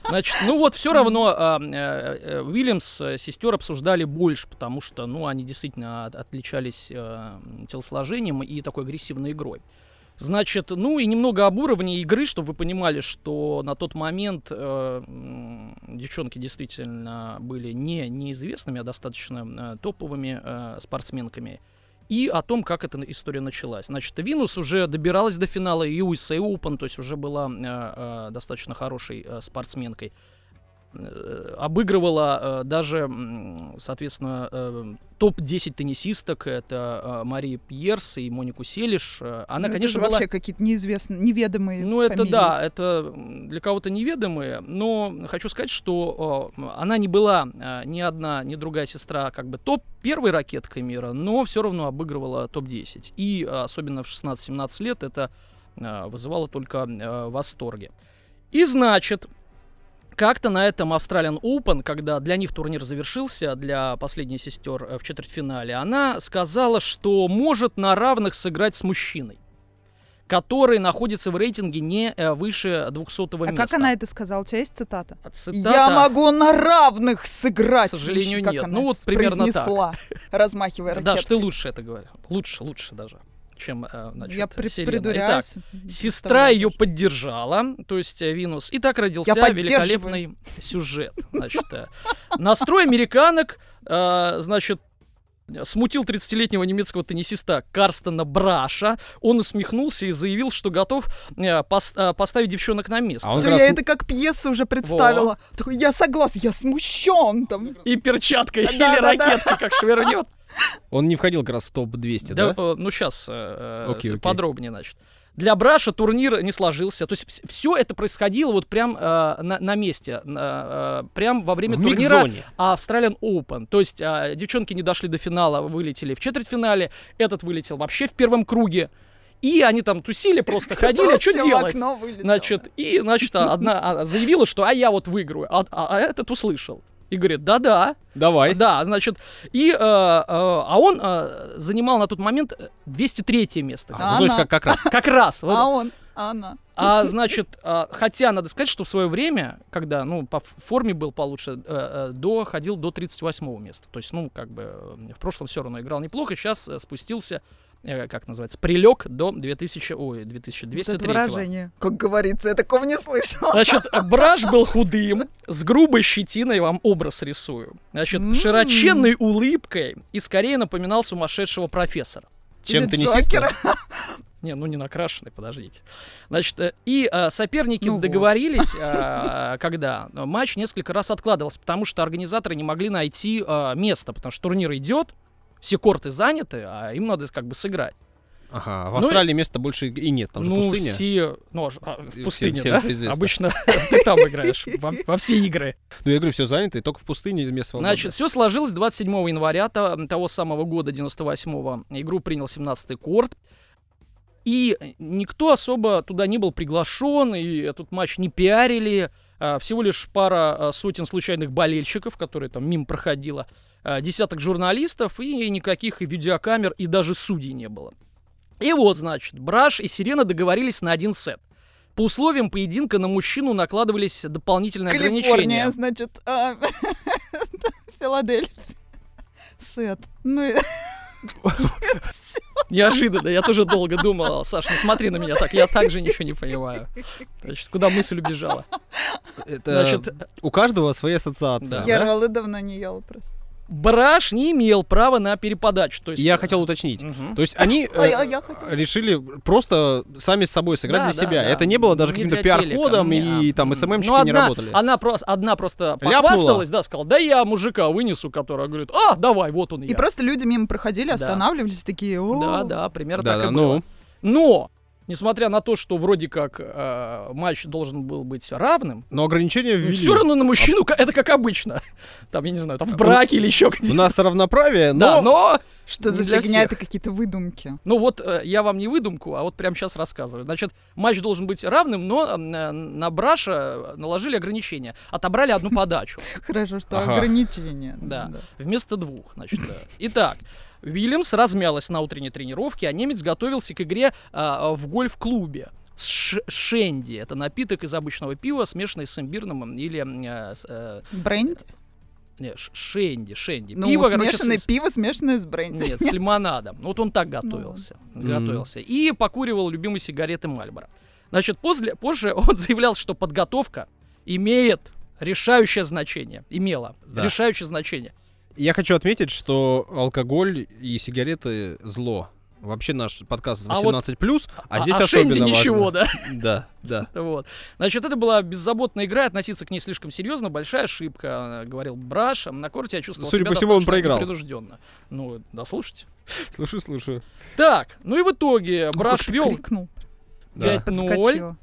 Значит, ну вот все равно а, э, э, Уильямс э, сестер обсуждали больше, потому что, ну, они действительно от- отличались э, телосложением и такой агрессивной игрой. Значит, ну и немного об уровне игры, чтобы вы понимали, что на тот момент э, м, девчонки действительно были не неизвестными, а достаточно э, топовыми э, спортсменками. И о том, как эта история началась. Значит, Винус уже добиралась до финала USA Open, то есть уже была э, э, достаточно хорошей э, спортсменкой. Э, обыгрывала э, даже, м, соответственно, э, топ-10 теннисисток. Это э, Мария Пьерс и Монику Селиш. Э, Она,
Ну, это
конечно,
же
была...
вообще какие-то неизвестные, неведомые
Ну, это
фамилии. А
да, это м, для кого-то неведомые, но хочу сказать, что э, м, она не была э, ни одна, ни другая сестра как бы топ первой ракеткой мира, но все равно обыгрывала топ-10. И э, особенно в 16-17 лет это э, вызывало только э, восторги. И значит, как-то на этом Australian Open, когда для них турнир завершился, а для последней сестер э, в четвертьфинале, она сказала, что может на равных сыграть с мужчиной, который находится в рейтинге не э, выше 200
А
места.
как она это сказала? У тебя есть цитата?
А цитата-
Я могу на равных сыграть.
К сожалению,
Слушай, как
нет.
она
Ну, вот
это
примерно так.
произнесла, размахивая
Да,
ракеткой.
ты лучше это говоришь. Лучше, лучше даже, чем э, значит,
Я при-
Селена. Итак,
придуряюсь.
Сестра
Представляю.
ее поддержала, то есть э, Винус. И так родился
Я поддерживаю.
великолепный сюжет. Значит, э, настрой американок, э, значит, смутил 30-летнего немецкого теннисиста Карстена Браша. Он усмехнулся и заявил, что готов э, пос- э, поставить девчонок на место.
А он
Всё,
как
я
раз-
это как пьесу уже представила. Такой, я согласен, я смущен. Там.
И перчаткой или
Да, да, да.
ракеткой, как швырнет.
Он не входил как раз в топ-200, да?
э, Ну, сейчас
Окей, окей.
подробнее, значит. Для Браша турнир не сложился. То есть все это происходило вот прям э, на, на месте, на, э, прям во время
В
турнира
миг-зоне.
а Australian Open. То есть а, девчонки не дошли до финала, вылетели в четвертьфинале, этот вылетел вообще в первом круге. И они там тусили, просто ходили, что
Чё в
делать?
окно вылетело?
Значит, и, значит, а, одна а, заявила, что «а я вот выиграю», а, а- а этот услышал. И говорит, да-да,
Давай.
да, значит, и, э, э, а он э, занимал на тот момент 203 место.
А, ну, то есть
Она.
как, как раз.
Как раз. вот.
А он, а она.
А значит, а, хотя надо сказать, что в свое время, когда, ну, по ф- форме был получше, э, э, до ходил до 38 места. То есть, ну, как бы э, в прошлом все равно играл неплохо, сейчас спустился, э, как называется, прилег до 2000, ой,
Вот
2203.
это выражение. Как говорится, я такого не слышала.
Значит, Браш был худым, с грубой щетиной вам образ рисую. Значит,
М.
широченной улыбкой и скорее напоминал сумасшедшего профессора.
Чем
Или
ты не систер?
Джокера.
Не, ну не накрашенный, подождите. Значит, э, и э, соперники
Ну вот.
договорились, э, когда э, матч несколько раз откладывался, потому что организаторы не могли найти э, место, потому что турнир идет, все корты заняты, а им надо как бы сыграть.
Ага, в
Ну и-
Австралии места больше и нет, там же
ну,
пустыня.
все... Ну, а ж- а,
Всем-
в пустыне,
всем
да?
это известно.
Обычно ты там играешь, во, во все игры.
Ну, я говорю, все занято, и только в пустыне место свободно.
Значит, все сложилось 27 января то- того самого года, 98-го. Игру принял 17-й корт. И никто особо туда не был приглашен, и этот матч не пиарили. А, Всего лишь пара а, сотен случайных болельщиков, которые там мимо проходило, а, десяток журналистов, и никаких и видеокамер, и даже судей не было. И вот, значит, Браш и Сирена договорились на один сет. По условиям поединка на мужчину накладывались дополнительные ограничения.
Калифорния, значит, а, Филадельфия. Сет. Ну и...
Неожиданно, я тоже долго думал, Саш, не смотри на меня так, я также ничего не понимаю. Значит, куда мысль убежала?
Это
Значит,
у каждого свои ассоциации.
Да.
Я рвала давно не ела просто.
Браш не имел права на переподачу. То есть, э,
Я хотел уточнить.
Мгм.
То есть они
А я-
э,
а я хотела.
решили просто сами с собой
Да,
сыграть для
да,
себя.
да.
Это не было даже
Не
каким-то
для телека,
пиар-ходом,
не,
и
а,
там
м.
СММщики
Ну,
не
одна-
работали.
Она просто, одна просто
Ляпнула.
похвасталась, да, сказала, да я мужика вынесу, которая говорит, а, давай, вот он
И
я.
просто люди мимо проходили,
Да.
останавливались такие. «О».
Да, да, примерно
Да,
так
да,
и было.
ну,
Но, несмотря на то, что вроде как э, матч должен был быть равным,
но ну, ограничения ввели.
все Ну, равно на мужчину, ка- это как обычно. Там, я не знаю, там в браке или еще
У
где-то.
нас равноправие,
Да,
Ну, но...
но
Что за
Не для
фигня?
всех.
Это какие-то выдумки.
Ну вот э, я вам не выдумку, а вот прямо сейчас рассказываю. Значит, матч должен быть равным, но э, на Браша наложили ограничения. Отобрали одну подачу
Хорошо, что
Ага.
ограничения.
Да. вместо двух. Значит, э, итак, Вильямс размялась на утренней тренировке, а немец готовился к игре э, в гольф-клубе. с ш- Шенди. Это напиток из обычного пива, смешанный с имбирным или... э, с, э,
Бренди?
не, ш- шенди, шенди.
Ну,
пиво, короче, с-
смешанное
с-
пиво, смешанное с бренди.
Нет, с лимонадом. Вот он так готовился.
Ну.
Готовился. И покуривал любимые сигареты Мальборо. Значит, после, позже он заявлял, что подготовка имеет решающее значение. Имела.
Да.
Решающее значение.
Я хочу отметить, что алкоголь и сигареты — зло. Вообще наш подкаст
А вот-
18+, а, здесь
а
особенно
Шенди
важно.
ничего, да?
Да, да.
Вот. Значит, это была беззаботная игра, относиться к ней слишком серьезно, большая ошибка, э, говорил Браш. На корте я чувствовал
Судя
себя
по всему, он
достаточно
проиграл.
непринужденно. Ну, дослушайте.
Слушай, слушаю.
Так, ну и в итоге
Ну,
Браш
как-то
вел
крикнул,
Да.
Пять- Ноль.
подскочила.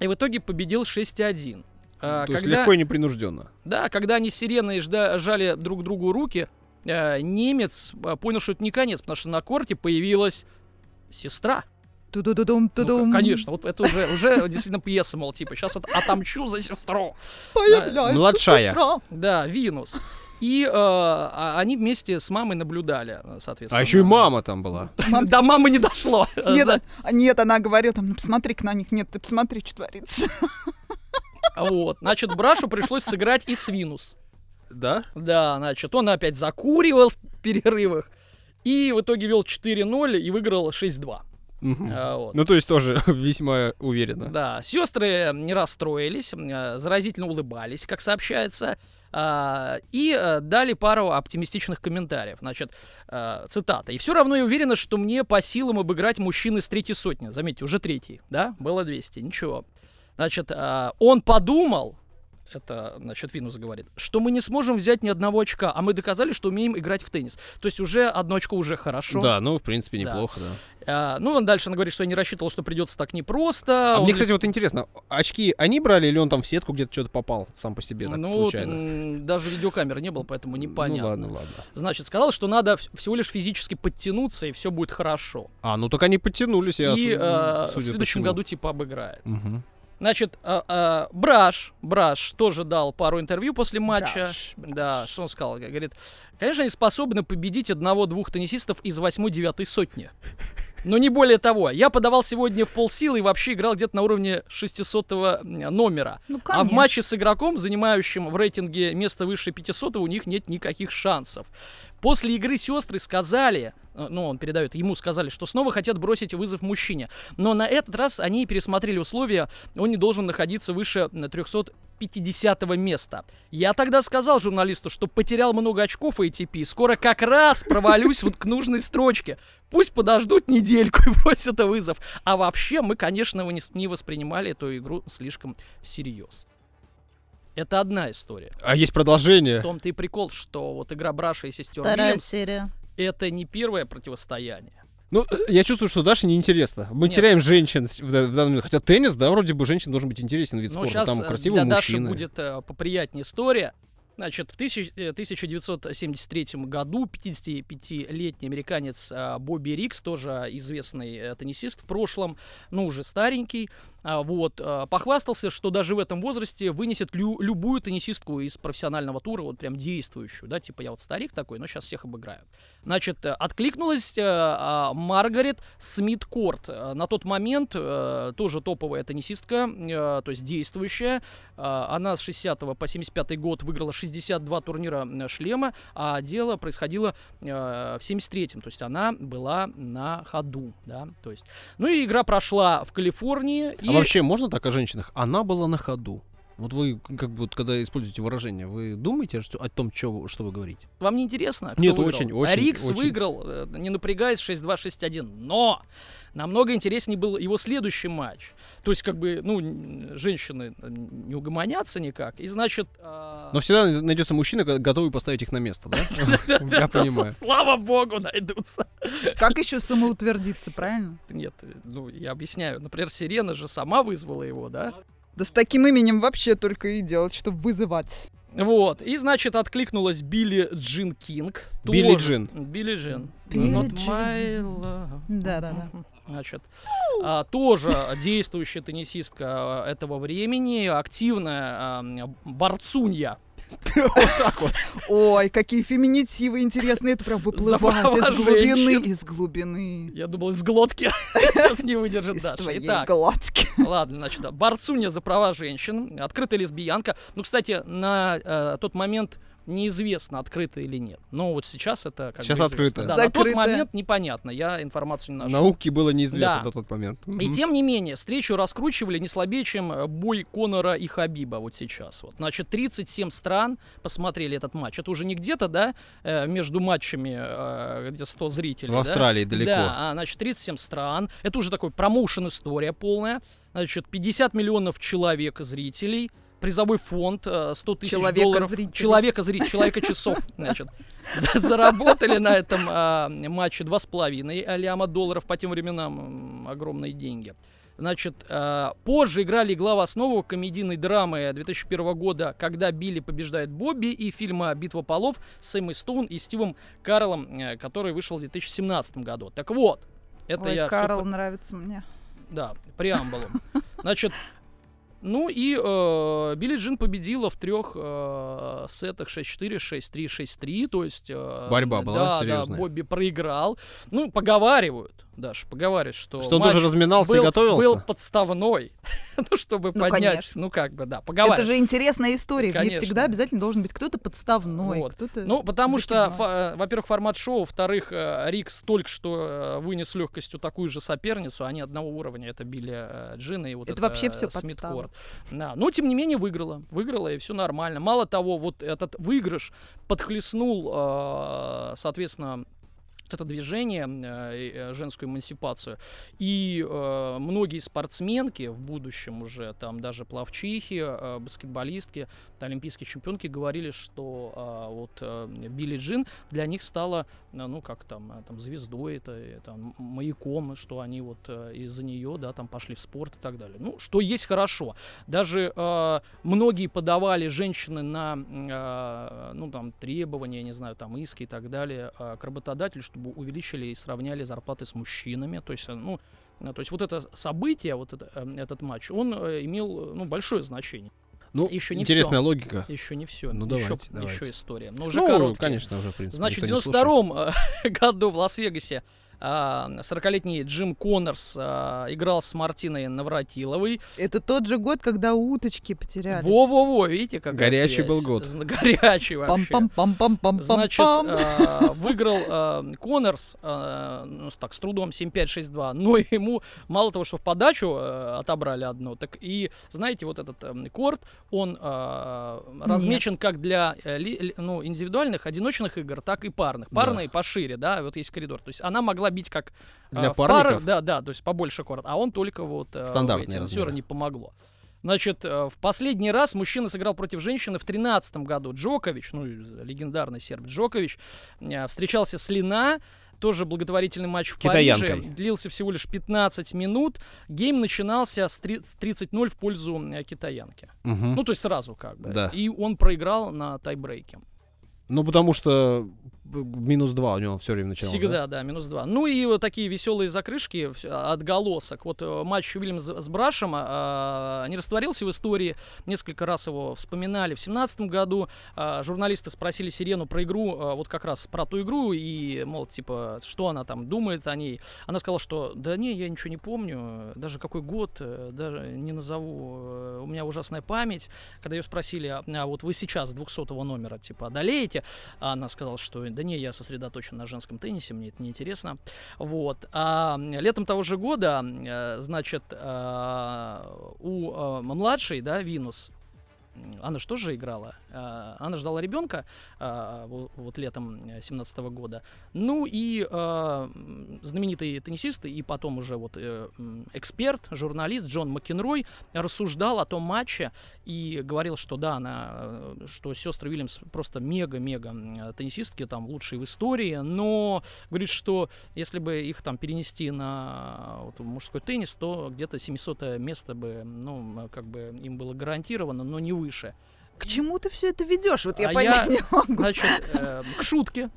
и в итоге победил 6-1. А,
То есть
когда-
легко и непринужденно.
Да, когда они с сиреной жда- жали друг другу руки, э, немец э, понял, что это не конец, потому что на корте появилась сестра.
Ту-ду-ду-дум,
Ну,
ту-дум.
конечно, вот это уже, уже действительно пьеса, мол, типа, сейчас от- отомчу за сестру.
Появляется
Младшая.
сестра.
Да, Винус. И э, а- они вместе с мамой наблюдали, э, соответственно.
А еще и мама там была.
мама.
До мамы не дошло.
Нет, а- нет, она говорила там, ну посмотри-ка на них, нет, ты посмотри, что творится.
Вот, значит, Брашу пришлось сыграть и с Винус.
Да?
Да, значит, он опять закуривал в перерывах. И в итоге вел 4-0 и выиграл 6-2. А, вот.
Ну, то есть тоже весьма уверенно.
Да, сестры не расстроились, э, заразительно улыбались, как сообщается, а, и э, дали пару оптимистичных комментариев. Значит, э, цитата. «И все равно я уверена, что мне по силам обыграть мужчины с третьей сотни». Заметьте, уже третий, да? Было 200, ничего. Значит, а, он подумал, это, значит, Винус говорит, что мы не сможем взять ни одного очка, а мы доказали, что умеем играть в теннис. То есть уже одно очко уже хорошо.
Да, ну, в принципе,
Да.
неплохо, да.
А, ну, он дальше он говорит, что я не рассчитывал, что придется так непросто.
А
Он
мне, кстати, вот интересно, очки они брали или он там в сетку где-то что-то попал сам по себе так
ну,
случайно?
м, даже видеокамеры не было, поэтому непонятно.
Ну, ладно, ладно.
Значит, сказал, что надо вс- всего лишь физически подтянуться, и все будет хорошо.
А, ну так они подтянулись, я
и
су- судя
э, в
по
следующем
всему.
году типа обыграет.
Мгм.
Значит, э, э, Браш, Браш тоже дал пару интервью после матча.
Браш,
Да, что он сказал? Говорит, конечно, они способны победить одного-двух теннисистов из 8-9 сотни. Но не более того. Я подавал сегодня в полсилы и вообще играл где-то на уровне 600 номера.
Ну,
А в матче с игроком, занимающим в рейтинге место выше 500, у них нет никаких шансов. После игры сестры сказали, э, ну он передает, ему сказали, что снова хотят бросить вызов мужчине. Но на этот раз они пересмотрели условия, он не должен находиться выше э, 350 места. Я тогда сказал журналисту, что потерял много очков ATP, и скоро как раз провалюсь вот к нужной строчке. Пусть подождут недельку и бросят вызов. А вообще мы, конечно, не с- не воспринимали эту игру слишком всерьез. Это одна история.
А есть
В
продолжение.
том-то и прикол, что вот игра Браша и сестер
Вторая
Уильямс
серия.
это не первое противостояние.
Ну, э, я чувствую, что Даше неинтересно. Мы
Нет.
теряем женщин с- в да- в данный момент. Хотя теннис, да, вроде бы женщин должен быть интересен вид
Но
спорта.
сейчас
Там красивые
Ну, э, для
мужчины.
Даши будет э, поприятнее история. Значит, в тысяч- э, 1973 году 55-летний американец э, Бобби Рикс, тоже известный э, теннисист в прошлом, ну уже старенький, а, вот, э, похвастался, что даже в этом возрасте вынесет лю- любую теннисистку из профессионального тура, вот прям действующую, да, типа я вот старик такой, но сейчас всех обыграю. Значит, э, откликнулась э, а, Маргарет Смит-Корт. Э, На тот момент э, тоже топовая теннисистка, э, то есть действующая. Э, Она с 60 по 75 год выиграла 62 турнира э, шлема, а дело происходило э, в 73-м. То есть она была на ходу, да, то есть. Ну и игра прошла в Калифорнии.
А
и-
вообще можно так о женщинах? Она была на ходу. Вот вы, как бы, вот когда используете выражение, вы думаете что- о том, чё вы- что вы говорите?
Вам не интересно? кто
Нет,
выиграл?
очень, очень,
Рикс
очень.
выиграл, э, не напрягаясь, 6-2-6-1. Но намного интереснее был его следующий матч. То есть, как бы, ну, н- женщины э, не угомонятся никак. И, значит... а,
Но всегда найдется мужчина, ко- готовый поставить их на место, да? Я понимаю.
Слава богу, найдутся.
Как еще самоутвердиться, правильно?
Нет, э, ну, я объясняю. Например, Сирена же сама вызвала его, да?
Да с таким именем вообще только и делать, чтобы вызывать.
Вот. И, значит, откликнулась Билли Джин Кинг.
Билли
Тоже-
Джин.
Билли Джин.
Билли
Not
Джин.
my love.
Да-да-да.
Значит, а, тоже действующая теннисистка а, этого времени, активная а, м, борцунья. Вот так вот.
Ой, какие феминитивы интересные. Это прям выплывает
Забава
из глубины,
женщин.
из глубины.
Я думал, из глотки сейчас не выдержит
Из
Даша.
твоей
Итак,
гладки.
Ладно, значит, да. борцуня за права женщин, открытая лесбиянка. Ну, кстати, на э, тот момент неизвестно, открыто или нет. Но вот сейчас это как
Сейчас
бы
открыто.
известно. Да, на тот
Закрытая.
момент непонятно, я информацию не нашел.
Науке было неизвестно
Да.
до тот момент.
И
Мгм.
тем не менее, встречу раскручивали не слабее, чем э, бой Конора и Хабиба вот сейчас. Вот. Значит, 37 стран посмотрели этот матч. Это уже не где-то, да, э, между матчами, э, где 100 зрителей.
В
да?
Австралии далеко.
Да, а, значит, 37 стран. Это уже такой промоушен-история полная. Значит, 50 миллионов человек зрителей. Призовой фонд э, 100 тысяч
Человека
долларов.
зрителей.
Человека зрителей, человека часов, значит. За- Заработали на этом а, матче 2,5 ляма долларов. По тем временам м, огромные деньги. Значит, э, позже игра легла в основу комедийной драмы 2001 года, когда Билли побеждает Бобби и фильма «Битва полов» с Эммой Стоун и Стивом Карлом, э, который вышел в 2017 году. Так вот, это
Ой,
я... всё
Карл
по-
нравится мне.
Да, преамбулом. Значит, ну и э, Билли Джин победила в трех э, сетах 6-4, 6-3, 6-3. То есть... э,
Борьба была
да,
серьезная.
Да, Бобби проиграл. Ну, поговаривают, Даша, поговаривают, что...
Что он тоже
матч
разминался и
был, был
готовился?
подставной, ну, чтобы
Ну,
поднять,
конечно.
ну, как бы, да,
Это
поговаривать.
же интересная история. В ней
Конечно.
всегда обязательно должен быть кто-то подставной,
Вот.
кто-то...
Ну, потому что,
закидной.
фа- э, во-первых, формат шоу, во-вторых, э, Рикс только что э, вынес с легкостью такую же соперницу, они одного уровня, это Билли э, Джина и вот
Это
это э,
вообще всё
Смит
подстава.
Корт. Да, но тем не менее выиграла, выиграла и все нормально. Мало того, вот этот выигрыш подхлестнул, э, соответственно, вот это движение, э, и, э, женскую эмансипацию. И э, многие спортсменки в будущем уже, там даже плавчихи, э, баскетболистки, олимпийские чемпионки говорили, что а, вот э, Билли Джин для них стала, а, ну как там, а, там звездой, это, э, там, маяком, что они вот э, из-за нее, да, там пошли в спорт и так далее. Ну, что есть хорошо. Даже э, многие подавали женщины на, м, э, ну там требования, я не знаю, там а, иски и так далее э, к работодателю, чтобы увеличили и сравняли зарплаты с мужчинами. То есть, э, ну Э, То есть вот это событие, вот это, э, этот матч, он э, имел э, ну, большое значение.
Ну,
Ещё не
интересная логика.
Еще не все,
Ну,
еще,
давайте, давайте.
история. Но уже
ну,
короткие.
конечно, уже, в принципе,
Значит, в
никто не слушает.
92 году в Лас-Вегасе а, 40-летний Джим Коннорс а, играл с Мартиной Навратиловой.
Это тот же год, когда уточки потерялись.
Во-во-во, видите, как
Горячий был год.
Горячий вообще.
Пам-пам-пам-пам-пам-пам.
Значит, а, выиграл а, Коннорс, а, ну, с- так, с трудом 7-5-6-2, но ему мало того, что в подачу а, отобрали одно, так и, знаете, вот этот эм, корт, он а, размечен как для э, ли- ли- ну, индивидуальных, одиночных игр, так и парных.
Да.
Парные пошире, да, вот есть коридор. То есть она могла бить как а,
Для
в парах,
парников?
да, да, то есть побольше корт, а он только вот... э,
Стандартные
эти, но всё
размеры.
равно не помогло. Значит, э, в последний раз мужчина сыграл против женщины в 13 году. Джокович, ну, легендарный серб Джокович, э, встречался с Лина, тоже благотворительный матч в Париже.
Китаянкой.
Длился всего лишь 15 минут. Гейм начинался с три- с 30-0 в пользу э, китаянки.
Мгм.
Ну, то есть сразу как бы.
Да.
И он проиграл на тайбрейке.
Ну, потому что б- минус два у него все время начинал. да?
Всегда, да? минус два. Ну и вот такие веселые закрышки, всё, отголосок. Вот э, матч Уильямс с Брашем э, не растворился в истории. Несколько раз его вспоминали. В семнадцатом году э, журналисты спросили Сирену про игру, э, вот как раз про ту игру, и, мол, типа, что она там думает о ней. Она сказала, что да не, я ничего не помню, даже какой год, э, даже не назову, э, у меня ужасная память. Когда ее спросили, а, а вот вы сейчас 200 номера, типа, одолеете, а она сказала, что да не, я сосредоточен на женском теннисе, мне это неинтересно. Вот. А м, летом того же года, м, э, значит, а, у а, младшей, да, Винус, м, она же тоже играла. а, Она ждала ребенка а, во- вот летом 2017 года. Ну и а, м, знаменитый теннисист и потом уже вот э, м, эксперт, журналист Джон Макенрой рассуждал о том матче, и говорил, что да, она, э, что сестры Уильямс просто мега-мега м, э, теннисистки, там лучшие в истории, но говорит, что если бы их там перенести на э, вот, мужской теннис, то где-то 700 место бы, ну, э, как бы им было гарантировано, но не выше.
К чему ты все это ведешь? Вот я
э, А я-
понять не могу.
Значит, э, к шутке.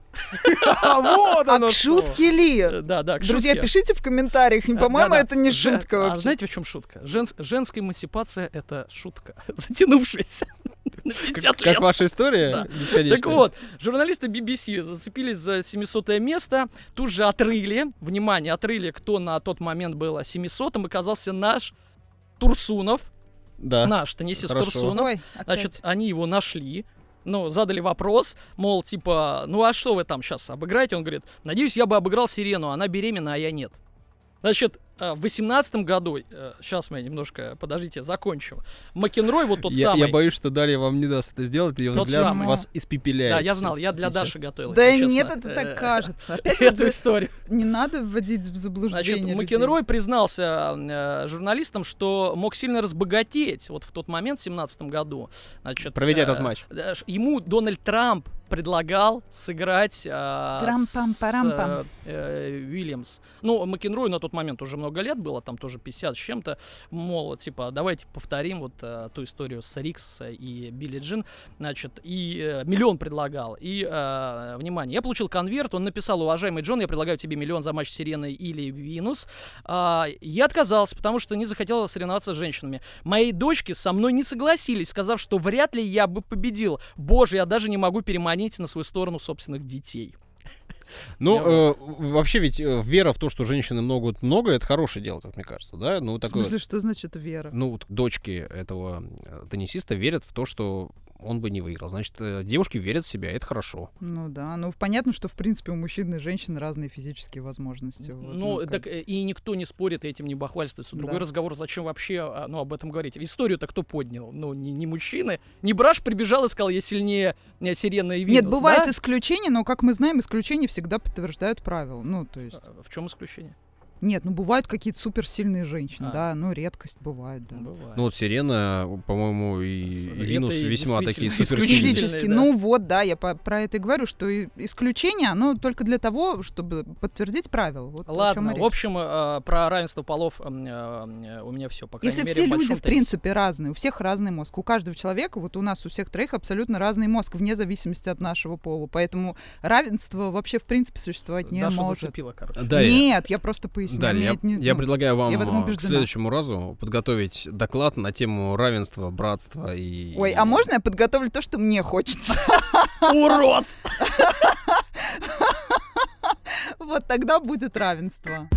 А вот
А
оно
к
что!
шутке ли?
Ну Э, Да, да, к
Друзья,
шутке. Э,
пишите в комментариях. По-моему,
Да-да.
это не
Да.
шутка
А
вообще.
знаете, в чем шутка? Женс- женская эмансипация — это шутка, затянувшаяся на 50 лет.
Как ваша история
Да.
бесконечная?
Так вот, журналисты BBC зацепились за 700 место, тут же отрыли, внимание, отрыли, кто на тот момент был 700-м, оказался наш Турсунов,
Да.
наш теннисист
хорошо.
Турсунов.
Ой,
Значит,
опять.
они его нашли, ну, задали вопрос, мол, типа, ну а что вы там сейчас обыграете? Он говорит, надеюсь, я бы обыграл Сирену, она беременна, а я нет. Значит, э, в 18 году, сейчас мы немножко, подождите, закончим. Макенрой, вот тот
я,
самый.
я боюсь, что Дарья вам не даст это сделать, ее
Тот
взгляд
самый.
вас испепеляет.
Да, я знал, я
с-
для
сейчас.
Даши готовился.
Да
честно.
нет, это
Э,
так кажется. Опять вот
Эту
вы-
историю.
не надо вводить
А
в заблуждение
Значит,
людей.
Макенрой признался э, журналистам, что мог сильно разбогатеть вот в тот момент, в 17 году. Значит,
Проведя
э,
этот матч.
э, ш- Ему Дональд Трамп предлагал сыграть э, с э,
Трам-пам-парам-пам.
э, Уильямс. Ну, Макенрою на тот момент уже много лет было, там тоже 50 с чем-то. Мол, типа, давайте повторим вот э, ту историю с Рикс и Билли Джин. Значит, и э, миллион предлагал. И, э, внимание, я получил конверт, он написал, уважаемый Джон, я предлагаю тебе миллион за матч с Сиреной или Винус. А, я отказался, потому что не захотел соревноваться с женщинами. Мои дочки со мной не согласились, сказав, что вряд ли я бы победил. Боже, я даже не могу переманить на свою сторону собственных детей.
Ну,
Я-
э, вообще ведь э, вера в то, что женщины могут много, это хорошее дело, как мне кажется, да? Ну,
В
такое...
смысле, что значит вера?
Ну, вот дочки этого э, теннисиста верят в то, что он бы не выиграл. Значит, э, девушки верят в себя, это хорошо.
Ну да, ну понятно, что в принципе у мужчин и женщин разные физические возможности. вот,
Ну,
как
так э, и никто не спорит и этим, не бахвальствуется. Другой
Да.
разговор, зачем вообще а, ну, об этом говорить. Историю-то кто поднял? Ну, не, не мужчины. Не Браш прибежал и сказал, я сильнее э, Сирена и Винус.
Нет, бывают
да?
исключения, но, как мы знаем, исключения всегда подтверждают правила. Ну, то есть...
А, В чем исключение?
Нет, ну бывают какие-то суперсильные женщины,
А.
да, ну редкость бывает, да.
Бывает.
Ну, вот Сирена, по-моему, и,
С-
и
это
Винус
и
весьма такие
действительно
суперсильные.
исключительно.
Физически,
да.
ну вот, да, я по- про это и говорю, что и- исключение, оно только для того, чтобы подтвердить правила. Вот о чём
Ладно,
и
в
речь.
общем, э, про равенство полов э, э, у меня все, по крайней
Если
мере,
все
в
люди,
большом
в
теннисе.
принципе, разные, у всех разный мозг. У каждого человека, вот у нас у всех троих абсолютно разный мозг, вне зависимости от нашего пола. Поэтому равенство вообще, в принципе, существовать не
Дашу
может.
зацепила, короче.
Да, я-
Нет, я просто с
Далее,
ними
я,
нет ни-
я
ну,
предлагаю вам
я в этом
э, к
убеждена.
следующему разу подготовить доклад на тему равенства, братства и...
Ой, а можно я подготовлю то, что мне хочется?
Урод!
Вот тогда будет равенство.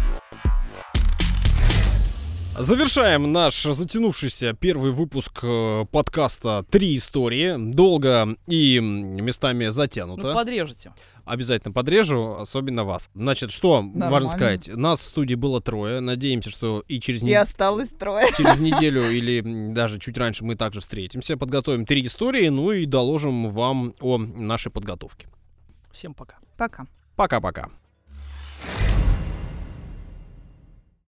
Завершаем наш затянувшийся первый выпуск э, подкаста «Три истории». Долго и м, местами затянуто.
Ну, подрежете.
Обязательно подрежу, особенно вас. Значит, что важно
Нормально.
сказать? Нас в студии было трое. Надеемся, что и через,
И
не-
осталось трое.
через неделю или м, даже чуть раньше мы также встретимся, подготовим три истории, ну и доложим вам о нашей подготовке.
Всем пока.
Пока.
Пока-пока.